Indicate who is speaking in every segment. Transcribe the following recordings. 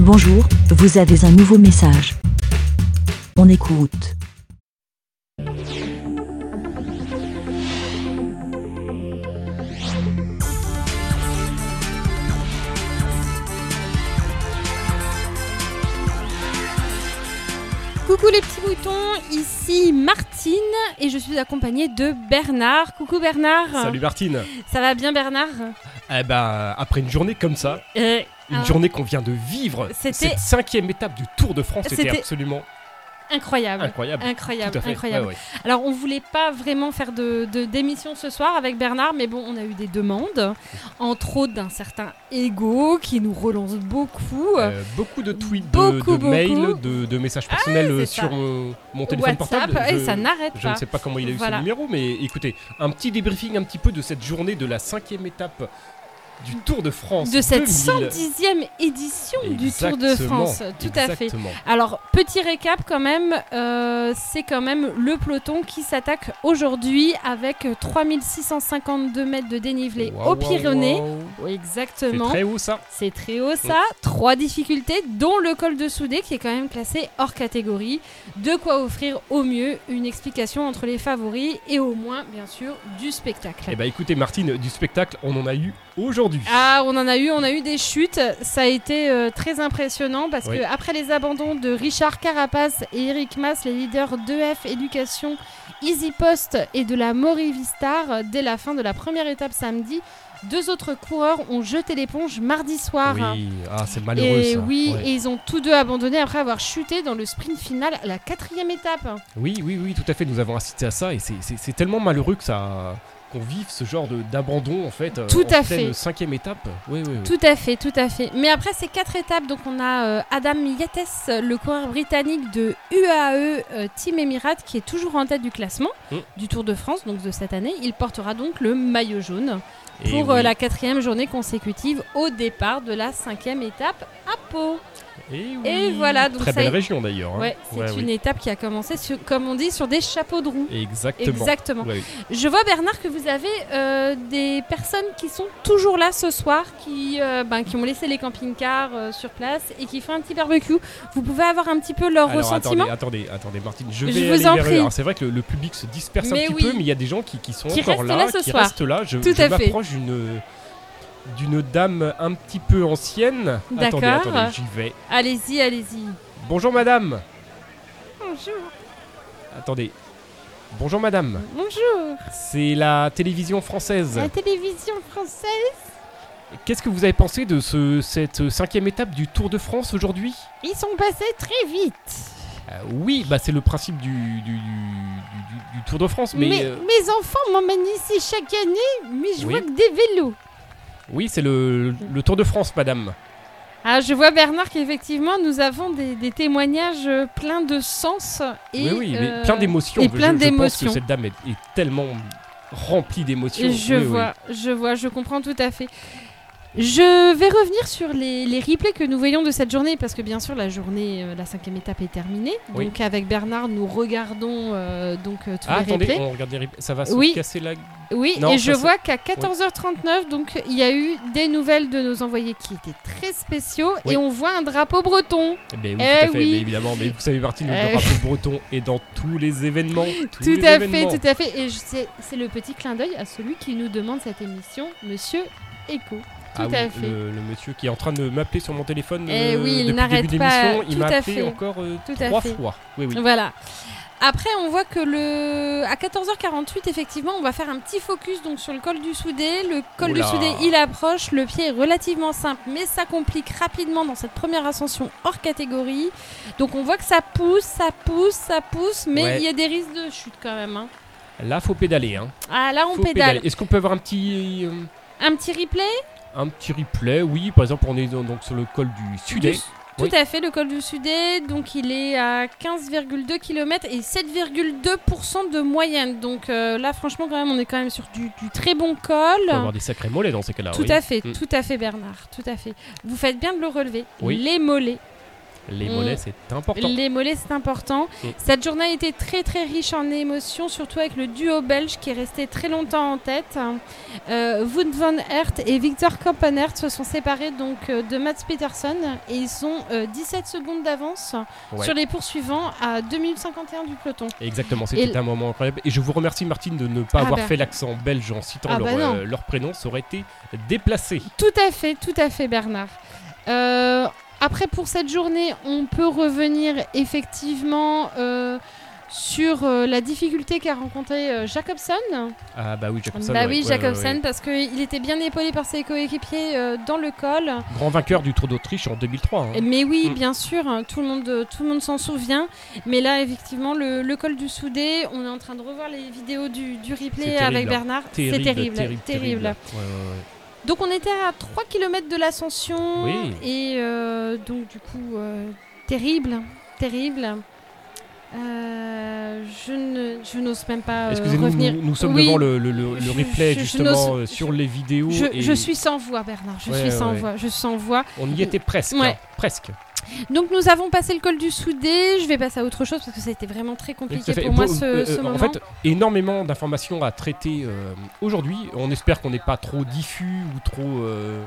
Speaker 1: Bonjour, vous avez un nouveau message. On écoute.
Speaker 2: Coucou les petits moutons, ici Martine et je suis accompagnée de Bernard. Coucou Bernard.
Speaker 3: Salut Martine.
Speaker 2: Ça va bien Bernard
Speaker 3: Eh ben, après une journée comme ça,
Speaker 2: Euh,
Speaker 3: une
Speaker 2: ah,
Speaker 3: journée qu'on vient de vivre,
Speaker 2: C'était-
Speaker 3: cette cinquième étape du Tour de France, c'était
Speaker 2: C'était-
Speaker 3: absolument
Speaker 2: Incroyable.
Speaker 3: incroyable.
Speaker 2: Incroyable,
Speaker 3: Ah, Tout à fait.
Speaker 2: incroyable.
Speaker 3: Ouais, ouais.
Speaker 2: Alors on voulait pas vraiment faire de, de- d'émission ce soir avec Bernard, mais bon, on a eu des demandes, entre autres d'un certain Ego qui nous relance beaucoup.
Speaker 3: Euh, beaucoup de tweets, de-
Speaker 2: hein. Beaucoup,
Speaker 3: de,
Speaker 2: beaucoup. Ah,
Speaker 3: mails, de, de messages personnels euh,
Speaker 2: c'est ça.
Speaker 3: sur mon, mon téléphone
Speaker 2: WhatsApp,
Speaker 3: portable.
Speaker 2: et
Speaker 3: Je-
Speaker 2: ça n'arrête
Speaker 3: Je
Speaker 2: pas.
Speaker 3: ne sais pas comment il a eu
Speaker 2: Voilà.
Speaker 3: ce numéro, mais écoutez, un petit débriefing un petit peu de cette journée de la cinquième étape du Tour de France.
Speaker 2: De cette
Speaker 3: 2000.
Speaker 2: 110e édition du Tour de
Speaker 3: Exactement,
Speaker 2: France, tout à fait.
Speaker 3: exactement.
Speaker 2: Alors, petit récap quand même, euh, c'est quand même le peloton qui s'attaque aujourd'hui avec 3652 mètres de dénivelé
Speaker 3: Waouh,
Speaker 2: aux Pyrénées.
Speaker 3: waouh, waouh.
Speaker 2: Oui,
Speaker 3: C'est
Speaker 2: Exactement.
Speaker 3: très haut ça.
Speaker 2: C'est très haut ça. Trois difficultés, dont le col de Soudé qui est quand même classé hors catégorie. De quoi offrir au mieux une explication entre les favoris et au moins, bien sûr, du spectacle.
Speaker 3: Eh ben écoutez Martine, du spectacle, on en a eu aujourd'hui.
Speaker 2: Ah, on en a eu, on a eu des chutes. Ça a été euh, très impressionnant parce
Speaker 3: Oui.
Speaker 2: que après les abandons de Richard Carapace et Eric Mas, les leaders d'EF Éducation, Easy Post et de la Morivistar, euh, dès la fin de la première étape samedi, deux autres coureurs ont jeté l'éponge mardi soir.
Speaker 3: Oui, ah, c'est malheureux
Speaker 2: Et
Speaker 3: ça.
Speaker 2: oui,
Speaker 3: Ouais.
Speaker 2: et ils ont tous deux abandonné après avoir chuté dans le sprint final à la quatrième étape.
Speaker 3: oui, oui, oui, tout à fait, nous avons assisté à ça et c'est- c'est c'est tellement malheureux que ça qu'on vive ce genre de- d'abandon en fait. euh,
Speaker 2: Tout
Speaker 3: en
Speaker 2: à
Speaker 3: pleine
Speaker 2: fait.
Speaker 3: cinquième étape. Oui, oui, oui.
Speaker 2: Tout à fait, tout à fait. Mais après ces quatre étapes, donc on a euh, Adam Yates, le coureur britannique de UAE euh, Team Emirates, qui est toujours en tête du classement
Speaker 3: Mm.
Speaker 2: du Tour de France, donc de cette année. Il portera donc le maillot jaune
Speaker 3: Et
Speaker 2: pour euh,
Speaker 3: Eh oui.
Speaker 2: la quatrième journée consécutive au départ de la cinquième étape à Pau.
Speaker 3: Et, oui.
Speaker 2: et voilà, donc
Speaker 3: Très
Speaker 2: ça
Speaker 3: belle
Speaker 2: y-
Speaker 3: région d'ailleurs. hein.
Speaker 2: Ouais, c'est
Speaker 3: Ouais,
Speaker 2: une
Speaker 3: oui.
Speaker 2: étape qui a commencé, sur- comme on dit, sur des chapeaux de roue.
Speaker 3: Exactement.
Speaker 2: Exactement.
Speaker 3: Ouais, oui.
Speaker 2: Je vois Bernard que vous avez euh, des personnes qui sont toujours là ce soir, qui, euh, ben, qui ont laissé les camping-cars euh, sur place et qui font un petit barbecue. Vous pouvez avoir un petit peu leur
Speaker 3: Alors
Speaker 2: ressentiment
Speaker 3: attendez, attendez, attendez, Martine,
Speaker 2: Je
Speaker 3: je vais
Speaker 2: vous
Speaker 3: aller
Speaker 2: en
Speaker 3: vers eux.
Speaker 2: prie.
Speaker 3: Alors, C'est vrai que le, le public se disperse
Speaker 2: Mais
Speaker 3: un petit
Speaker 2: oui.
Speaker 3: peu, mais il y a des gens qui, qui sont
Speaker 2: Qui
Speaker 3: encore
Speaker 2: restent
Speaker 3: là,
Speaker 2: là ce
Speaker 3: qui
Speaker 2: soir.
Speaker 3: restent là. Je,
Speaker 2: Tout
Speaker 3: je
Speaker 2: à fait.
Speaker 3: m'approche d'une d'une dame un petit peu ancienne. Attendez,
Speaker 2: D'accord.
Speaker 3: attendez, j'y vais.
Speaker 2: Allez-y, allez-y.
Speaker 3: Bonjour madame.
Speaker 2: Bonjour.
Speaker 3: Attendez. Bonjour madame.
Speaker 2: Bonjour.
Speaker 3: C'est la télévision française.
Speaker 2: La télévision française.
Speaker 3: Qu'est-ce que vous avez pensé de ce- cette cinquième étape du Tour de France aujourd'hui
Speaker 2: Ils sont passés très vite.
Speaker 3: Euh, Oui, bah c'est le principe du, du- du- du- du Tour de France, mais, euh,
Speaker 2: mes enfants m'emmènent ici chaque année, mais
Speaker 3: je Oui. vois
Speaker 2: que des vélos.
Speaker 3: oui, c'est le, le Tour de France, madame.
Speaker 2: Ah, je vois Bernard qu'effectivement nous avons des, des témoignages euh, pleins de sens et
Speaker 3: oui, oui,
Speaker 2: euh,
Speaker 3: mais plein d'émotions.
Speaker 2: et
Speaker 3: Je-
Speaker 2: plein
Speaker 3: je, pense que
Speaker 2: d'émotions.
Speaker 3: cette dame est, est tellement remplie d'émotions.
Speaker 2: Je
Speaker 3: Oui, oui.
Speaker 2: vois, je vois, je comprends tout à fait. Je vais revenir sur les, les replays que nous voyons de cette journée, parce que bien sûr la journée, euh, la cinquième étape est terminée.
Speaker 3: Oui.
Speaker 2: Donc avec Bernard, nous regardons euh, donc euh, tous
Speaker 3: Ah,
Speaker 2: les
Speaker 3: attendez,
Speaker 2: replays.
Speaker 3: on regarde les replays. Ça va se
Speaker 2: Oui.
Speaker 3: casser la.
Speaker 2: Oui,
Speaker 3: Non,
Speaker 2: et
Speaker 3: ça,
Speaker 2: je
Speaker 3: c'est-
Speaker 2: vois qu'à 14h39, donc il y a eu des nouvelles de nos envoyés qui étaient très spéciaux,
Speaker 3: Oui.
Speaker 2: et on voit un drapeau breton.
Speaker 3: Eh ben oui, tout
Speaker 2: Eh
Speaker 3: à fait,
Speaker 2: oui.
Speaker 3: mais évidemment. Mais vous savez, Martine,
Speaker 2: Eh.
Speaker 3: le drapeau breton est dans tous les événements. tous
Speaker 2: Tout
Speaker 3: les
Speaker 2: à fait,
Speaker 3: événements.
Speaker 2: tout à fait. Et je- c'est c'est le petit clin d'œil à celui qui nous demande cette émission, Monsieur Echo.
Speaker 3: Ah
Speaker 2: Tout
Speaker 3: oui,
Speaker 2: à fait.
Speaker 3: Le, le monsieur qui est en train de m'appeler sur mon téléphone.
Speaker 2: Eh
Speaker 3: euh,
Speaker 2: oui, il
Speaker 3: depuis le
Speaker 2: n'arrête
Speaker 3: début de
Speaker 2: pas,
Speaker 3: l'émission, Il
Speaker 2: tout
Speaker 3: m'a
Speaker 2: à
Speaker 3: appelé
Speaker 2: fait.
Speaker 3: encore euh,
Speaker 2: Tout à
Speaker 3: trois
Speaker 2: fait.
Speaker 3: fois. Oui, oui.
Speaker 2: Voilà. Après, on voit que le à 14h48, effectivement, on va faire un petit focus donc sur le col du Soudé. Le col
Speaker 3: Oula.
Speaker 2: du Soudé, il approche. Le pied est relativement simple, mais ça complique rapidement dans cette première ascension hors catégorie. Donc, on voit que ça pousse, ça pousse, ça pousse, mais
Speaker 3: Ouais.
Speaker 2: il y a des risques de chute quand même. hein.
Speaker 3: Là, faut pédaler. Hein.
Speaker 2: Ah là, on
Speaker 3: Faut
Speaker 2: pédale.
Speaker 3: pédaler. Est-ce qu'on peut avoir un petit, euh,
Speaker 2: Un petit replay.
Speaker 3: un petit replay Oui, par exemple, on est dans- donc sur le col du Sud-Est.
Speaker 2: Du-
Speaker 3: Oui.
Speaker 2: Tout à fait, le col du Sudé, donc il est à 15,2 km et 7,2% de moyenne. Donc euh, là, franchement, quand même, on est quand même sur du, du très bon col.
Speaker 3: On va avoir des sacrés mollets dans ces cas-là.
Speaker 2: Tout
Speaker 3: oui.
Speaker 2: à fait,
Speaker 3: Mm.
Speaker 2: tout à fait Bernard, tout à fait. Vous faites bien de le relever.
Speaker 3: Oui.
Speaker 2: Les mollets.
Speaker 3: Les
Speaker 2: On-
Speaker 3: mollets, c'est important.
Speaker 2: Les mollets, c'est important.
Speaker 3: Mm.
Speaker 2: Cette journée a été très très riche en émotions, surtout avec le duo belge qui est resté très longtemps en tête. Euh, Wout van Aert et Victor Kampenaert se sont séparés donc euh, de Mats Peterson et ils ont euh, 17 secondes d'avance
Speaker 3: Ouais.
Speaker 2: sur les poursuivants à 2 minutes 51 du peloton.
Speaker 3: Exactement, c'était
Speaker 2: Et-
Speaker 3: un moment incroyable. Et je vous remercie, Martine, de ne pas
Speaker 2: Ah
Speaker 3: avoir
Speaker 2: bah.
Speaker 3: fait l'accent belge en citant
Speaker 2: Ah
Speaker 3: leur,
Speaker 2: bah non.
Speaker 3: euh, leur prénom. Ça aurait été déplacé.
Speaker 2: Tout à fait, tout à fait, Bernard. Euh, après, pour cette journée, on peut revenir effectivement euh, sur euh, la difficulté qu'a rencontré euh, Jacobson.
Speaker 3: Ah bah oui, Jacobson.
Speaker 2: bah
Speaker 3: ouais,
Speaker 2: oui,
Speaker 3: ouais,
Speaker 2: Jacobson,
Speaker 3: ouais,
Speaker 2: parce qu'il était bien épaulé par ses coéquipiers euh, dans le col.
Speaker 3: ouais. Grand vainqueur du Tour d'Autriche en 2003. hein.
Speaker 2: Mais oui,
Speaker 3: Mm.
Speaker 2: bien sûr, hein, tout le monde, euh, tout le monde s'en souvient. Mais là, effectivement, le, le col du Soudé, on est en train de revoir les vidéos du, du replay
Speaker 3: terrible,
Speaker 2: avec
Speaker 3: hein.
Speaker 2: Bernard.
Speaker 3: Terrible,
Speaker 2: c'est terrible,
Speaker 3: terrible,
Speaker 2: terrible.
Speaker 3: Ouais, ouais, ouais.
Speaker 2: Donc on était à 3 km de l'ascension
Speaker 3: Oui.
Speaker 2: et euh, donc du coup euh, terrible, terrible. Euh, je ne, je n'ose même pas euh,
Speaker 3: Excusez-nous,
Speaker 2: revenir.
Speaker 3: nous, nous sommes
Speaker 2: Oui,
Speaker 3: devant le, le- le- le
Speaker 2: Je-
Speaker 3: replay
Speaker 2: je- je
Speaker 3: justement
Speaker 2: n'ose-
Speaker 3: euh, sur les vidéos.
Speaker 2: Je,
Speaker 3: et
Speaker 2: je suis sans voix, Bernard. Je
Speaker 3: Ouais,
Speaker 2: suis sans
Speaker 3: ouais.
Speaker 2: voix. Je suis sans voix.
Speaker 3: On y était presque,
Speaker 2: Ouais.
Speaker 3: hein, presque.
Speaker 2: Donc nous avons passé le col du Soudé. Je vais passer à autre chose parce que ça a été vraiment très compliqué
Speaker 3: Tout à fait.
Speaker 2: pour moi
Speaker 3: Bon,
Speaker 2: ce,
Speaker 3: euh,
Speaker 2: ce
Speaker 3: euh,
Speaker 2: moment.
Speaker 3: En fait, énormément d'informations à traiter euh, aujourd'hui. On espère qu'on n'est pas trop diffus ou trop. euh,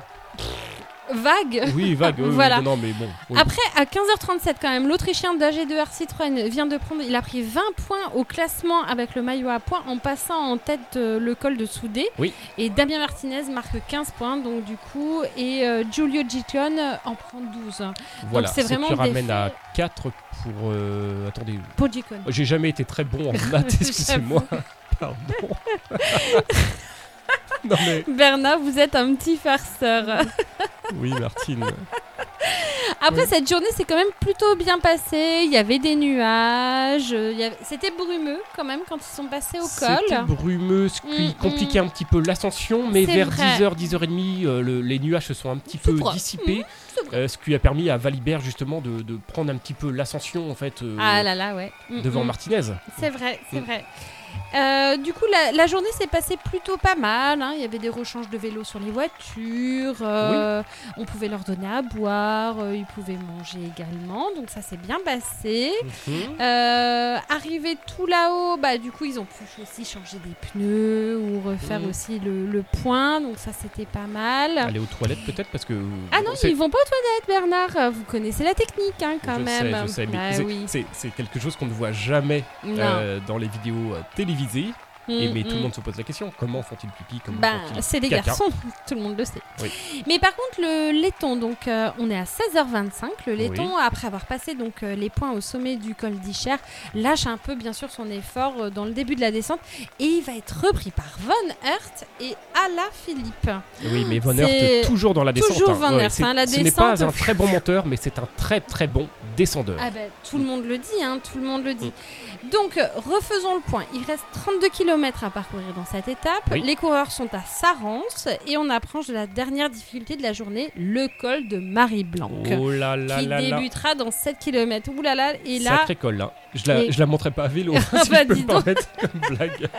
Speaker 2: Vague.
Speaker 3: Oui, vague. oui, oui,
Speaker 2: Voilà.
Speaker 3: Non, mais bon. oui.
Speaker 2: Après, à 15h37 quand même, l'Autrichien d'AG2R Citroën vient de prendre, il a pris 20 points au classement avec le maillot à points en passant en tête euh, le col de Soudé.
Speaker 3: Oui.
Speaker 2: Et Damien Martinez marque 15 points, donc du coup, et euh, Giulio Giton en prend 12.
Speaker 3: Voilà,
Speaker 2: Donc, c'est
Speaker 3: ce
Speaker 2: vraiment
Speaker 3: qui
Speaker 2: des
Speaker 3: ramène à
Speaker 2: faits-
Speaker 3: 4 pour. euh, attendez,
Speaker 2: Pour Giton.
Speaker 3: j'ai jamais été très bon en maths, excusez-moi. Pardon. non mais.
Speaker 2: Bernard, vous êtes un petit farceur.
Speaker 3: Oui, Martine.
Speaker 2: Après
Speaker 3: Ouais.
Speaker 2: cette journée, c'est quand même plutôt bien passé. Il y avait des nuages, euh, il y avait- c'était brumeux quand même quand ils sont passés au
Speaker 3: C'était
Speaker 2: col.
Speaker 3: brumeux, ce qui
Speaker 2: Mm,
Speaker 3: compliquait un petit peu l'ascension, mais
Speaker 2: C'est
Speaker 3: vers
Speaker 2: vrai.
Speaker 3: 10h, 10h30, euh, le- les nuages se sont un petit
Speaker 2: C'est
Speaker 3: peu
Speaker 2: vrai. Mm,
Speaker 3: dissipés,
Speaker 2: c'est vrai.
Speaker 3: euh, ce qui a permis à Valibert justement de, de prendre un petit peu l'ascension en fait euh,
Speaker 2: Ah là là, ouais. Mm,
Speaker 3: devant
Speaker 2: mm.
Speaker 3: Martinez.
Speaker 2: C'est vrai, c'est
Speaker 3: Mm.
Speaker 2: vrai. Euh, du coup, la, la journée s'est passée plutôt pas mal. hein. Il y avait des rechanges de vélos sur les voitures. euh, On pouvait leur donner à boire. euh, ils pouvaient manger également. Donc ça s'est bien passé.
Speaker 3: Mhm.
Speaker 2: Euh, arrivé tout là-haut, bah, du coup, ils ont pu aussi changer des pneus ou refaire
Speaker 3: Mm.
Speaker 2: aussi le, le point. Donc ça, c'était pas mal.
Speaker 3: Aller aux toilettes peut-être parce que.
Speaker 2: Ah non,
Speaker 3: c'est-
Speaker 2: ils vont pas aux toilettes, Bernard. Vous connaissez la technique hein, quand
Speaker 3: je
Speaker 2: même.
Speaker 3: Sais, je sais, mais
Speaker 2: Bah
Speaker 3: c'est-
Speaker 2: oui.
Speaker 3: c'est- c'est quelque chose qu'on ne voit jamais
Speaker 2: Non.
Speaker 3: euh, dans les vidéos euh, télévisées. Et
Speaker 2: Mm,
Speaker 3: mais tout
Speaker 2: mm.
Speaker 3: le monde se pose la question comment font-ils pipi comment
Speaker 2: Ben,
Speaker 3: font-ils-
Speaker 2: c'est des
Speaker 3: caca.
Speaker 2: garçons, tout le monde le sait.
Speaker 3: Oui.
Speaker 2: Mais par contre, le laiton, donc euh, on est à 16h25. Le laiton, après avoir passé donc euh, les points au sommet du col d'Icher, lâche un peu bien sûr son effort euh, dans le début de la descente et il va être repris par Von Hert et Alaphilippe.
Speaker 3: Oui, mais Van
Speaker 2: C'est
Speaker 3: Aert toujours dans la descente.
Speaker 2: toujours
Speaker 3: hein.
Speaker 2: Van Aert,
Speaker 3: c'est-
Speaker 2: hein, la
Speaker 3: ce n'est pas
Speaker 2: descente.
Speaker 3: un très bon monteur, mais c'est un très très bon descendeur.
Speaker 2: Ah ben, tout le monde le dit, hein, tout le monde le dit.
Speaker 3: Mm.
Speaker 2: Donc, euh, refaisons le point. Il reste 32 km à parcourir dans cette étape.
Speaker 3: Oui.
Speaker 2: Les coureurs sont à Sarance et on approche de la dernière difficulté de la journée, le col de Marie-Blanc.
Speaker 3: oh là là
Speaker 2: qui
Speaker 3: là là.
Speaker 2: débutera dans 7 km. Ouh là là, et là,
Speaker 3: Sacré col, là. Je la,
Speaker 2: Mais-
Speaker 3: je la montrais pas à vélo. hein,
Speaker 2: Ah
Speaker 3: si
Speaker 2: bah,
Speaker 3: je peux
Speaker 2: dis
Speaker 3: me
Speaker 2: donc.
Speaker 3: permettre comme blague.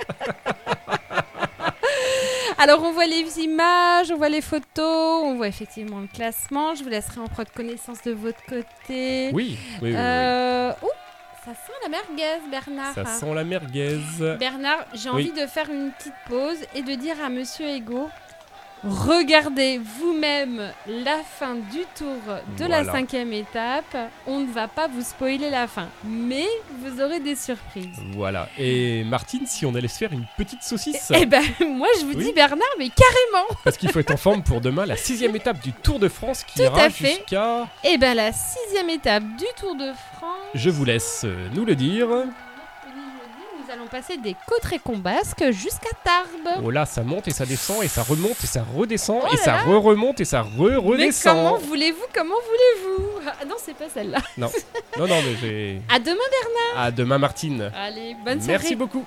Speaker 2: alors on voit les images, on voit les photos, on voit effectivement le classement. Je vous laisserai en prendre connaissance de votre côté.
Speaker 3: Oui, oui, oui, oui.
Speaker 2: Euh, ah, ouh, ça sent la merguez, Bernard.
Speaker 3: Ça sent la merguez.
Speaker 2: Bernard, j'ai
Speaker 3: Oui.
Speaker 2: envie de faire une petite pause et de dire à Monsieur Ego. Regardez vous-même la fin du tour de la
Speaker 3: Voilà.
Speaker 2: cinquième étape. On ne va pas vous spoiler la fin, mais vous aurez des surprises.
Speaker 3: Voilà. Et Martine, si on allait se faire une petite saucisse,
Speaker 2: Eh ben, moi je vous
Speaker 3: Oui.
Speaker 2: dis Bernard, mais carrément
Speaker 3: parce qu'il faut être en forme pour demain, la sixième étape du Tour de France qui
Speaker 2: Tout à
Speaker 3: ira
Speaker 2: fait.
Speaker 3: jusqu'à.
Speaker 2: Eh ben, la sixième étape du Tour de France.
Speaker 3: Je vous laisse euh, nous le dire.
Speaker 2: Nous allons passer des Côtes et Combasques jusqu'à Tarbes.
Speaker 3: Oh là, ça monte et ça descend et ça remonte et ça redescend
Speaker 2: Oh
Speaker 3: et
Speaker 2: là
Speaker 3: ça
Speaker 2: là.
Speaker 3: re-remonte et ça
Speaker 2: mais comment
Speaker 3: re-redescend.
Speaker 2: voulez-vous Comment voulez-vous Ah non, c'est pas celle-là.
Speaker 3: Non, non, mais j'ai.
Speaker 2: À demain,
Speaker 3: À demain, Martine.
Speaker 2: Bernard. Allez, bonne soirée.
Speaker 3: Merci beaucoup.